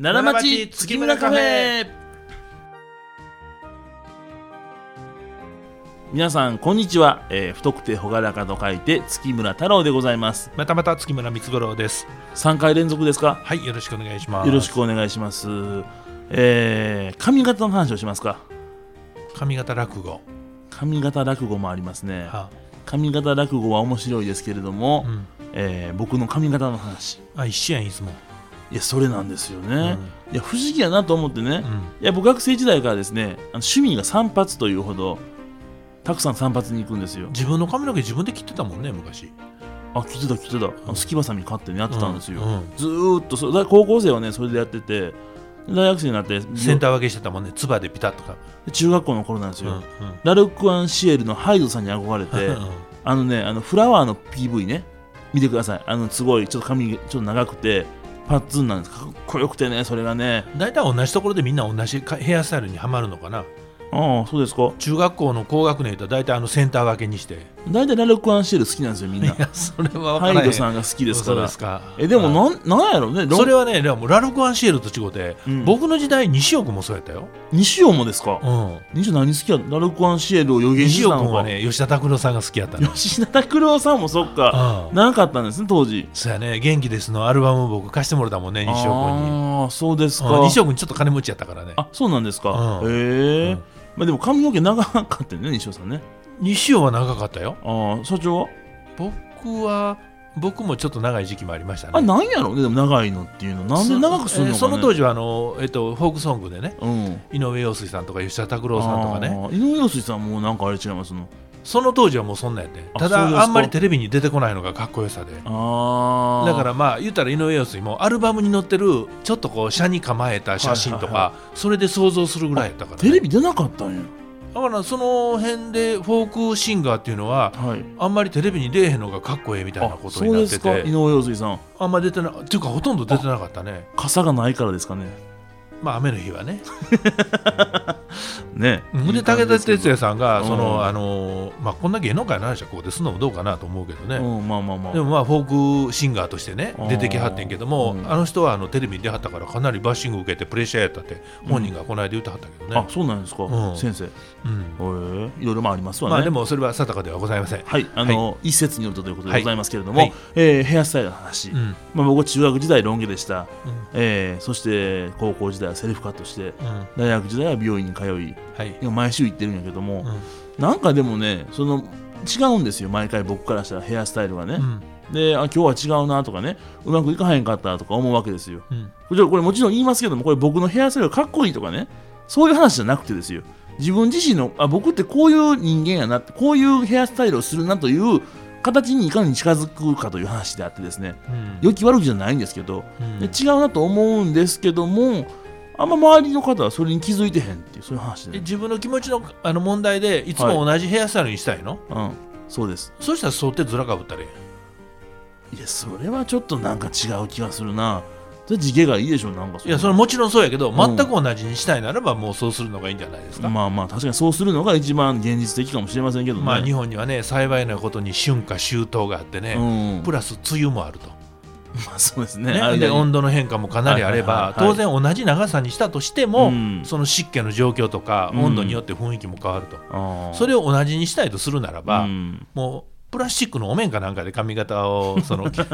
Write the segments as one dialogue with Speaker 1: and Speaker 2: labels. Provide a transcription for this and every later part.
Speaker 1: 奈良町月村カフェ皆さんこんにちは、えー太くて朗らかと書いて月村太郎でございます
Speaker 2: またまた月村光五郎です。
Speaker 1: 3回連続ですか
Speaker 2: はい、よろしくお願いします。
Speaker 1: よろしくお願いしますえー髪型の話をしますか
Speaker 2: 髪型落語。
Speaker 1: 髪型落語もありますね
Speaker 2: は
Speaker 1: 髪型落語は面白いですけれども
Speaker 2: う、ん。
Speaker 1: えー僕の髪型の話
Speaker 2: あ、一緒やん、いつも。
Speaker 1: いやそれなんですよね、
Speaker 2: うん
Speaker 1: いや不思議やなと思ってね、
Speaker 2: うん。
Speaker 1: いや僕学生時代からですねあの趣味が散髪というほどたくさん散髪に行くんですよ
Speaker 2: 自分の髪の毛自分で切ってたもんね、昔。
Speaker 1: あ切ってた切ってたあのすきばさみ買ってねやってたんですよ、
Speaker 2: ううん
Speaker 1: ずーっとそれだ高校生はねそれでやってて大学生になって
Speaker 2: センター分けしてたもんね、つばでピタッとか。
Speaker 1: 中学校の頃なんです
Speaker 2: うん。
Speaker 1: よ、
Speaker 2: うん。
Speaker 1: ラルク・アンシエルのハイドさんに憧れて
Speaker 2: うん
Speaker 1: あのねあのフラワーの PV ね見てくださいあのすごいちょっと髪ちょっと長くてパッツンなんですかっこよくてねそれがね
Speaker 2: 大体同じところでみんな同じかヘアスタイルにはまるのかな
Speaker 1: ああそうですか
Speaker 2: 中学校の高学年と大体あのセンター分けにして
Speaker 1: 大体ラルク・アンシエル好きなんですよみん
Speaker 2: い
Speaker 1: な
Speaker 2: やそれは分か
Speaker 1: ハ
Speaker 2: ら
Speaker 1: イ
Speaker 2: へん
Speaker 1: ドさんが好きですか
Speaker 2: そう
Speaker 1: ら
Speaker 2: ですか
Speaker 1: えでも
Speaker 2: あ
Speaker 1: なんなんやろねロン
Speaker 2: それはねでもラルク・アンシエルと違って、
Speaker 1: うん
Speaker 2: 僕の時代西尾君もそうやったよ、
Speaker 1: 西尾もですか
Speaker 2: うん、
Speaker 1: 西尾何好きやラルク・アンシエルを予言し
Speaker 2: 西
Speaker 1: て
Speaker 2: 尾
Speaker 1: たの
Speaker 2: 君
Speaker 1: か
Speaker 2: はね吉田拓郎さんが好きやったの
Speaker 1: 吉田拓郎さんもそっか
Speaker 2: うん
Speaker 1: なかったんですね当時
Speaker 2: そうやね「元気です」のアルバムを僕貸してもらったもんね西尾君に
Speaker 1: ああそうです
Speaker 2: うん
Speaker 1: か
Speaker 2: 西尾君ちょっと金持ちやったからね
Speaker 1: あそうなんですか
Speaker 2: う
Speaker 1: へ
Speaker 2: ん
Speaker 1: え
Speaker 2: うん
Speaker 1: まあでも髪の毛長かったよね西尾さんね
Speaker 2: 西尾は長かったよ
Speaker 1: ああ社長は
Speaker 2: 僕は僕もちょっと長い時期もありましたね
Speaker 1: あなんやろねでも長いのっていうのなんで長くするのかね
Speaker 2: そえーその当
Speaker 1: 時
Speaker 2: 時はあの、えっと、フォークソングでね
Speaker 1: うん
Speaker 2: 井上陽水さんとか吉田拓郎さんとかね
Speaker 1: あー井上陽水さんもなんかあれ違いますの
Speaker 2: その当時はもうそんなんやって
Speaker 1: あ
Speaker 2: た
Speaker 1: そうです
Speaker 2: だ
Speaker 1: か
Speaker 2: あんまりテレビに出てこないのがかっこよさで
Speaker 1: ああ
Speaker 2: だからまあ言ったら井上陽水もアルバムに載ってるちょっとこう車に構えた写真とか、
Speaker 1: はいは
Speaker 2: それで想像するぐらいやったからね、
Speaker 1: テレビ出なかったんや
Speaker 2: だからその辺でフォークシンガーっていうのは
Speaker 1: はい
Speaker 2: あんまりテレビに出えへんのがかっこええみたいな
Speaker 1: あ
Speaker 2: こと
Speaker 1: そ
Speaker 2: に
Speaker 1: う
Speaker 2: な
Speaker 1: で
Speaker 2: っ
Speaker 1: す
Speaker 2: て
Speaker 1: か井上
Speaker 2: て
Speaker 1: 陽水さん
Speaker 2: あんま出てなっていうかほとんど出てなかったね
Speaker 1: 傘がないからですかね
Speaker 2: まあ雨の日はね
Speaker 1: ね
Speaker 2: うんで武田鉄矢さんがそ
Speaker 1: うん
Speaker 2: のあのーまあこんな芸能界の話はこうですんのもどうかなと思うけどね
Speaker 1: うん、まあまあまあ。
Speaker 2: でもまあフォークシンガーとしてね
Speaker 1: うん
Speaker 2: 出てきはってんけども
Speaker 1: うん
Speaker 2: あの人はあのテレビに出はったからかなりバッシング受けてプレッシャーやったって本人がこの間言ってはったけど
Speaker 1: あ
Speaker 2: ね、
Speaker 1: そうなんですか、
Speaker 2: うん
Speaker 1: 先生。へ
Speaker 2: うん
Speaker 1: えいろいろまあありますわね。
Speaker 2: まあでもそれは定かではございません、
Speaker 1: はい、あの、一説によるとということでございますけれども、
Speaker 2: はいはい
Speaker 1: えーヘアスタイルの話、
Speaker 2: うんうん
Speaker 1: まあ、僕は中学時代ロン毛でした、えーそして高校時代はセルフカットして
Speaker 2: うん
Speaker 1: 大学時代は美容院に通い
Speaker 2: はい、
Speaker 1: 今毎週行ってるんやけども、
Speaker 2: うん
Speaker 1: なんかでもねその違うんですよ毎回僕からしたらヘアスタイルはね、
Speaker 2: うん
Speaker 1: であ今日は違うなとかねうまくいかへんかったとか思うわけですよ
Speaker 2: うん
Speaker 1: これこれもちろん言いますけどもこれ僕のヘアスタイルがかっこいいとかねそういう話じゃなくてですよ自分自身のあ僕ってこういう人間やなこういうヘアスタイルをするなという形にいかに近づくかという話であってですね
Speaker 2: うん
Speaker 1: 良き悪きじゃないんですけど
Speaker 2: うん
Speaker 1: で違うなと思うんですけどもあんま周りの方はそれに気づいてへんっていうそういう話
Speaker 2: え
Speaker 1: で、ね、
Speaker 2: 自分の気持ちのあの問題でいつも同じヘアスタイルにしたいの、
Speaker 1: うんそうです
Speaker 2: そうしたらそうってずらかぶったらえ
Speaker 1: いやそれはちょっとなんか違う気がするなそれ地毛がいいでしょなんか
Speaker 2: えんいやそれ
Speaker 1: れ
Speaker 2: もちろんそうやけど
Speaker 1: ん
Speaker 2: 全く同じにしたいならばもうそうするのがいいんじゃないですか、
Speaker 1: まあまあ確かにそうするのが一番現実的かもしれませんけどね
Speaker 2: まあ日本にはね幸いなことに春夏秋冬があってね、
Speaker 1: うん
Speaker 2: プラス梅雨もあると、
Speaker 1: まあそうですね。あ
Speaker 2: ね、
Speaker 1: れ
Speaker 2: で
Speaker 1: だね
Speaker 2: 温度の変化もかなりあ
Speaker 1: は
Speaker 2: れ
Speaker 1: いはい
Speaker 2: ば
Speaker 1: はいは
Speaker 2: 当
Speaker 1: い
Speaker 2: 然同じ長さにしたとしても、
Speaker 1: うん
Speaker 2: その湿気の状況とか
Speaker 1: うん
Speaker 2: 温度によって雰囲気も変わると、
Speaker 1: あー
Speaker 2: それを同じにしたいとするならば、
Speaker 1: うん
Speaker 2: もうプラスチックのお面かなんかで髪型をそ のペ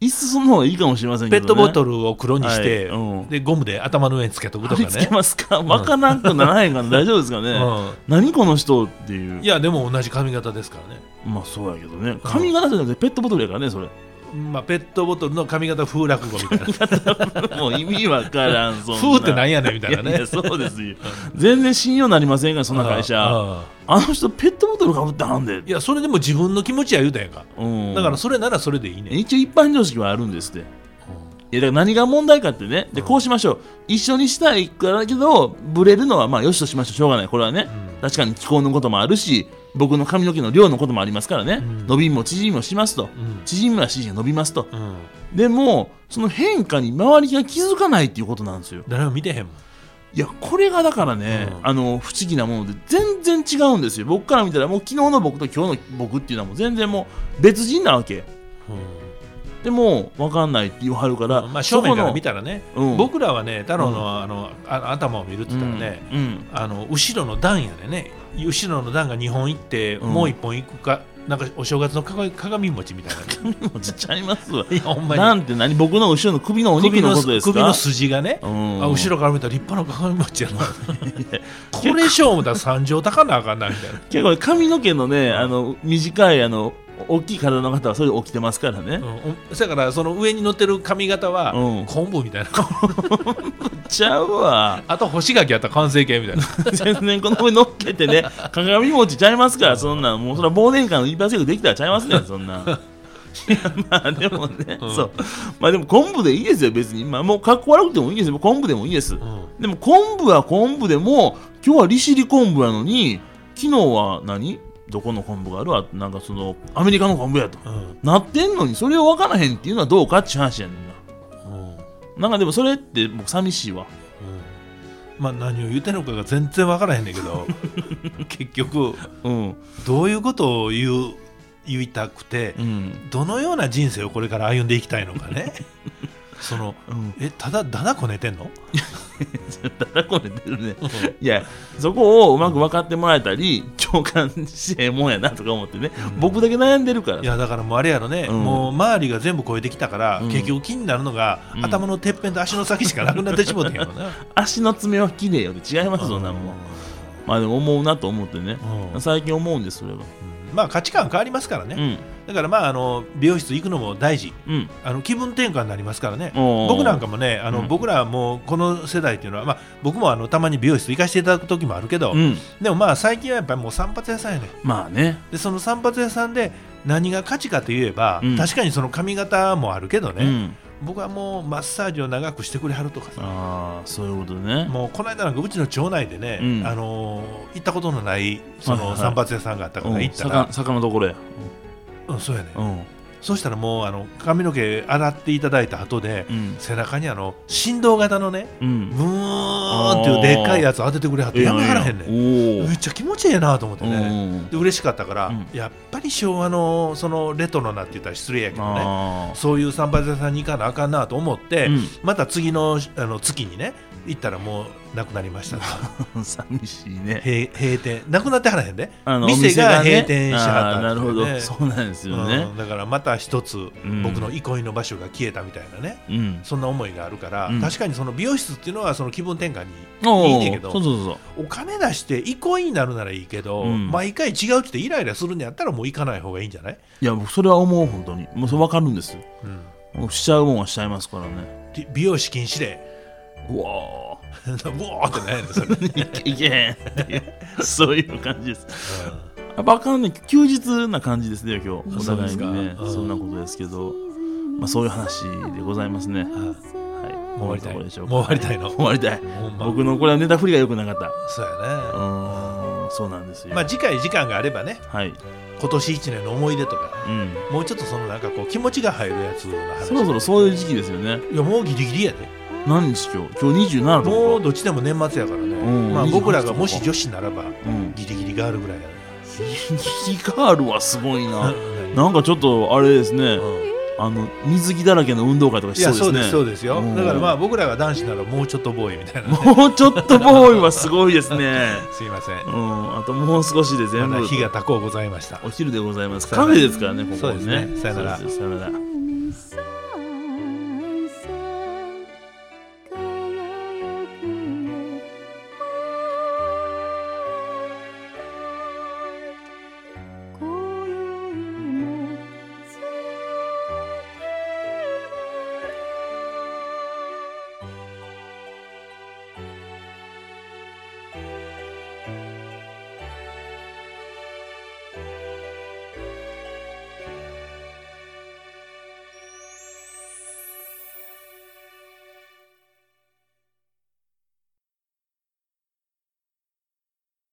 Speaker 1: いっその方がいいかもしれませんけど、ね、
Speaker 2: ットボト
Speaker 1: ル
Speaker 2: ルを黒にして、
Speaker 1: はいうん
Speaker 2: でゴムで頭の上につけとくと
Speaker 1: 貼
Speaker 2: か
Speaker 1: り付
Speaker 2: ね
Speaker 1: け、ますか、わからんくならへんから大丈夫ですかね、
Speaker 2: う、
Speaker 1: 何この人っていうん
Speaker 2: いやでも同じ髪型ですからね
Speaker 1: まあそうやけどね髪型じゃなくてペットボトルやからねそれ
Speaker 2: まあ、ペットボトルの髪型風落語みたい な
Speaker 1: もう意味わから んそんな
Speaker 2: 風ってなんやねんみたいなね
Speaker 1: やいやそうですよ 全然信用なりませんがそんな会社あ
Speaker 2: ああ
Speaker 1: の人ペットボトルかぶってはんで、
Speaker 2: いやそれでも自分の気持ちや言うたやんか
Speaker 1: うん、
Speaker 2: だからそれならそれでいいね、
Speaker 1: 一応一般常識はあるんですって
Speaker 2: う
Speaker 1: いやだから何が問題かってね、で
Speaker 2: うん
Speaker 1: こうしましょう、一緒にしたいからけど、ブレるのはまあよしとしましょう、しょうがない、これはね、
Speaker 2: うん
Speaker 1: 確かに気候のこともあるし、僕の髪の毛の量のこともありますからね、
Speaker 2: うん
Speaker 1: 伸びも縮みもしますと、
Speaker 2: ん
Speaker 1: 縮みは縮み伸びますと、
Speaker 2: うんうん、
Speaker 1: でも、その変化に周りが気づかないっていうことなんですよ。
Speaker 2: 誰も見てへんもん
Speaker 1: いや、これがだからね、
Speaker 2: うん
Speaker 1: あの不思議なもので、全然違うんですよ、僕から見たら、もう昨日の僕と今日の僕っていうのは、もう全然もう別人なわけ。
Speaker 2: うん
Speaker 1: でも分かんないって言わはるから、
Speaker 2: まあ、正面から見
Speaker 1: た、
Speaker 2: たらね、
Speaker 1: うん
Speaker 2: 僕らはね太郎のあのあ頭を見るって
Speaker 1: う
Speaker 2: 言ったら
Speaker 1: ん
Speaker 2: ね、
Speaker 1: うん
Speaker 2: あの後ろの段やでね後ろの段が2本行って、
Speaker 1: うん
Speaker 2: もう1本行くかなんかお正月の鏡鏡餅みたいな
Speaker 1: もうちっちゃいますわ
Speaker 2: いやほんまに
Speaker 1: なんて何僕の後ろの首のお肉
Speaker 2: 首
Speaker 1: の
Speaker 2: の
Speaker 1: ことですか
Speaker 2: 首の筋がね、
Speaker 1: うん
Speaker 2: あ後ろから見たら立派な鏡餅や なこれしよう思ったら三畳高なあかんなみたいな
Speaker 1: 結構髪の毛のねあの短いあの大きい体の方はそれで起きてますからね、
Speaker 2: うんおだからその上に乗ってる髪型は、
Speaker 1: うん
Speaker 2: 昆布みたいな
Speaker 1: ちゃうわ
Speaker 2: あと干し柿やったら完成形みたいな
Speaker 1: 全然この上乗っけて ね鏡餅ちゃいますからそんなんもうそれは忘年会の一発役できたらちゃい ますねんそんなんいやまあでもね、
Speaker 2: うん
Speaker 1: そうまあでも昆布でいいですよ別にまあもうかっこ悪くてもいいですよ昆布でもいいです、
Speaker 2: うん
Speaker 1: でも昆布は昆布でも今日は利尻昆布やのに昨日は何どこの昆布があるわなんかそのアメリカの昆布やと
Speaker 2: うん
Speaker 1: なってんのにそれを分からへんっていうのはどうかっちゅう話やねんな
Speaker 2: うん
Speaker 1: なんかでもそれって僕寂しいわ
Speaker 2: うんまあ何を言うてんのかが全然分からへんねんけ ど結局
Speaker 1: うん
Speaker 2: どういうことを言う言いたくて、
Speaker 1: うん
Speaker 2: どのような人生をこれから歩んでいきたいのかねその
Speaker 1: うん
Speaker 2: えただだだこねてんの、
Speaker 1: だだこねてるねいやそこをうまく分かってもらえたり共感してええもんやなとか思ってね、
Speaker 2: うん
Speaker 1: 僕だけ悩んでるから
Speaker 2: いやだからもうあれやろね、
Speaker 1: うん
Speaker 2: もう周りが全部超えてきたから、
Speaker 1: うん
Speaker 2: 結局気になるのが、
Speaker 1: うん
Speaker 2: 頭のてっぺんと足の先しかなくなってしもうてんやろな
Speaker 1: 足の爪は綺麗よって違い ますそんなもんまあでも思うなと思ってね
Speaker 2: うんうん
Speaker 1: 最近思うんですそれは
Speaker 2: まあ価値観変わりますから
Speaker 1: う
Speaker 2: ね、
Speaker 1: ん
Speaker 2: だからまああの美容室行くのも大事
Speaker 1: うん
Speaker 2: あの気分転換になりますからね、
Speaker 1: 僕
Speaker 2: 僕なんかもねあの、
Speaker 1: うん
Speaker 2: 僕らもうこの世代っていうのは、まあ、僕もあのたまに美容室行かせていただく時もあるけど、
Speaker 1: うん、
Speaker 2: でもまあ最近はやっぱりもう散髪屋さんやね
Speaker 1: まあね、
Speaker 2: でその散髪屋さんで何が価値かといえば、
Speaker 1: うん
Speaker 2: 確かにその髪型もあるけど
Speaker 1: う
Speaker 2: ね、
Speaker 1: ん、
Speaker 2: 僕はもうマッサージを長くしてくれはるとかさ、
Speaker 1: ああそういうことね
Speaker 2: もうこの間なんかうちの町内でね、
Speaker 1: うん
Speaker 2: あのー行ったことのないそ
Speaker 1: はい
Speaker 2: の
Speaker 1: はい
Speaker 2: 散髪屋さんがあったから
Speaker 1: うん
Speaker 2: 行ったら
Speaker 1: 坂、坂のところや、
Speaker 2: うんそうやね、
Speaker 1: うん
Speaker 2: そうしたらもうあの髪の毛洗っていただいた後で、
Speaker 1: うん
Speaker 2: 背中にあの振動型のね
Speaker 1: うん、
Speaker 2: ブーンっていうでっかいやつ当ててくれはってやめはらへんねん
Speaker 1: お
Speaker 2: めっちゃ気持ちええなと思ってね、
Speaker 1: ね
Speaker 2: で嬉しかったから、
Speaker 1: うん
Speaker 2: やっぱり昭和のそのレトロなって言ったら失礼やけどね
Speaker 1: あ
Speaker 2: そういう散髪屋さんに行かなあかんなと思って、
Speaker 1: ー
Speaker 2: また次のあの月にね行ったらもうなくなりましたと
Speaker 1: うん、寂しいね
Speaker 2: 閉閉店なくなってはらへんで、
Speaker 1: あの
Speaker 2: 店が
Speaker 1: おね
Speaker 2: 閉店しはった
Speaker 1: あー
Speaker 2: ん
Speaker 1: な
Speaker 2: で
Speaker 1: る
Speaker 2: す
Speaker 1: ほ
Speaker 2: よね
Speaker 1: どそうなんですよ
Speaker 2: う
Speaker 1: ね
Speaker 2: んだからまた一つ、
Speaker 1: ん
Speaker 2: 僕の憩いの場所が消えたみたいなね
Speaker 1: うん、
Speaker 2: そんな思いがあるから、
Speaker 1: うん
Speaker 2: 確かにその美容室っていうのはその気分転換に
Speaker 1: おー
Speaker 2: いいねんけど
Speaker 1: そうそうそう
Speaker 2: お金出して憩いになるならいいけど、
Speaker 1: うん
Speaker 2: 毎回違うってイライラするんやったらもう行かない方がいいんじゃない、
Speaker 1: いや僕それは思う本当にもうそれ分かるんです
Speaker 2: うん
Speaker 1: もうしちゃうもんはしちゃいますからね
Speaker 2: び美容師禁止令
Speaker 1: うわ
Speaker 2: うおーってなんやね んそれ、
Speaker 1: ーいけいけへんっていう そういう感じですやっぱあかんね休日な感じですね今日お
Speaker 2: そうで
Speaker 1: 互い
Speaker 2: すか
Speaker 1: にねそ
Speaker 2: うん
Speaker 1: んなことですけど、まあ、そういう話でございますね、
Speaker 2: う
Speaker 1: はい、
Speaker 2: んもう終わりたい
Speaker 1: どう
Speaker 2: もう
Speaker 1: でし
Speaker 2: 終
Speaker 1: ょうか
Speaker 2: わりたいの
Speaker 1: 終わりたい
Speaker 2: ほんま
Speaker 1: 僕のこれはネタ振りが良くなかった
Speaker 2: そう
Speaker 1: う
Speaker 2: やね、
Speaker 1: ーんそうなんですよ、
Speaker 2: まあ次回時間があればね
Speaker 1: はい、
Speaker 2: 今年一年の思い出とか
Speaker 1: うん、
Speaker 2: もうちょっとそのなんかこう気持ちが入るやつの話
Speaker 1: そろそろそういう時期ですよね
Speaker 2: いやもうギリギリやで、
Speaker 1: 何日今日今日27
Speaker 2: も
Speaker 1: と
Speaker 2: う
Speaker 1: か
Speaker 2: どっちでも年末やからね、
Speaker 1: うん
Speaker 2: まあ、
Speaker 1: 28
Speaker 2: 僕らがもし女子ならば
Speaker 1: うん
Speaker 2: ギリギリがあるぐらいやね
Speaker 1: ヒカールはすごいな
Speaker 2: うん
Speaker 1: なんかちょっとあれですね
Speaker 2: うん
Speaker 1: あの水着だらけの運動会とか
Speaker 2: い
Speaker 1: し
Speaker 2: やそ
Speaker 1: そうう
Speaker 2: で
Speaker 1: ですす
Speaker 2: そう
Speaker 1: ね
Speaker 2: ですよ、
Speaker 1: うん
Speaker 2: だからまあ僕らが男子ならもうちょっとボーイみたいな、ね、
Speaker 1: もうちょっとボーイはすごいですね
Speaker 2: すいません
Speaker 1: うんあともう少しで全
Speaker 2: ま
Speaker 1: 部
Speaker 2: だ日が高うございました
Speaker 1: お昼でございますカフェですからねここ
Speaker 2: そうですねさよなら
Speaker 1: そうですさよなら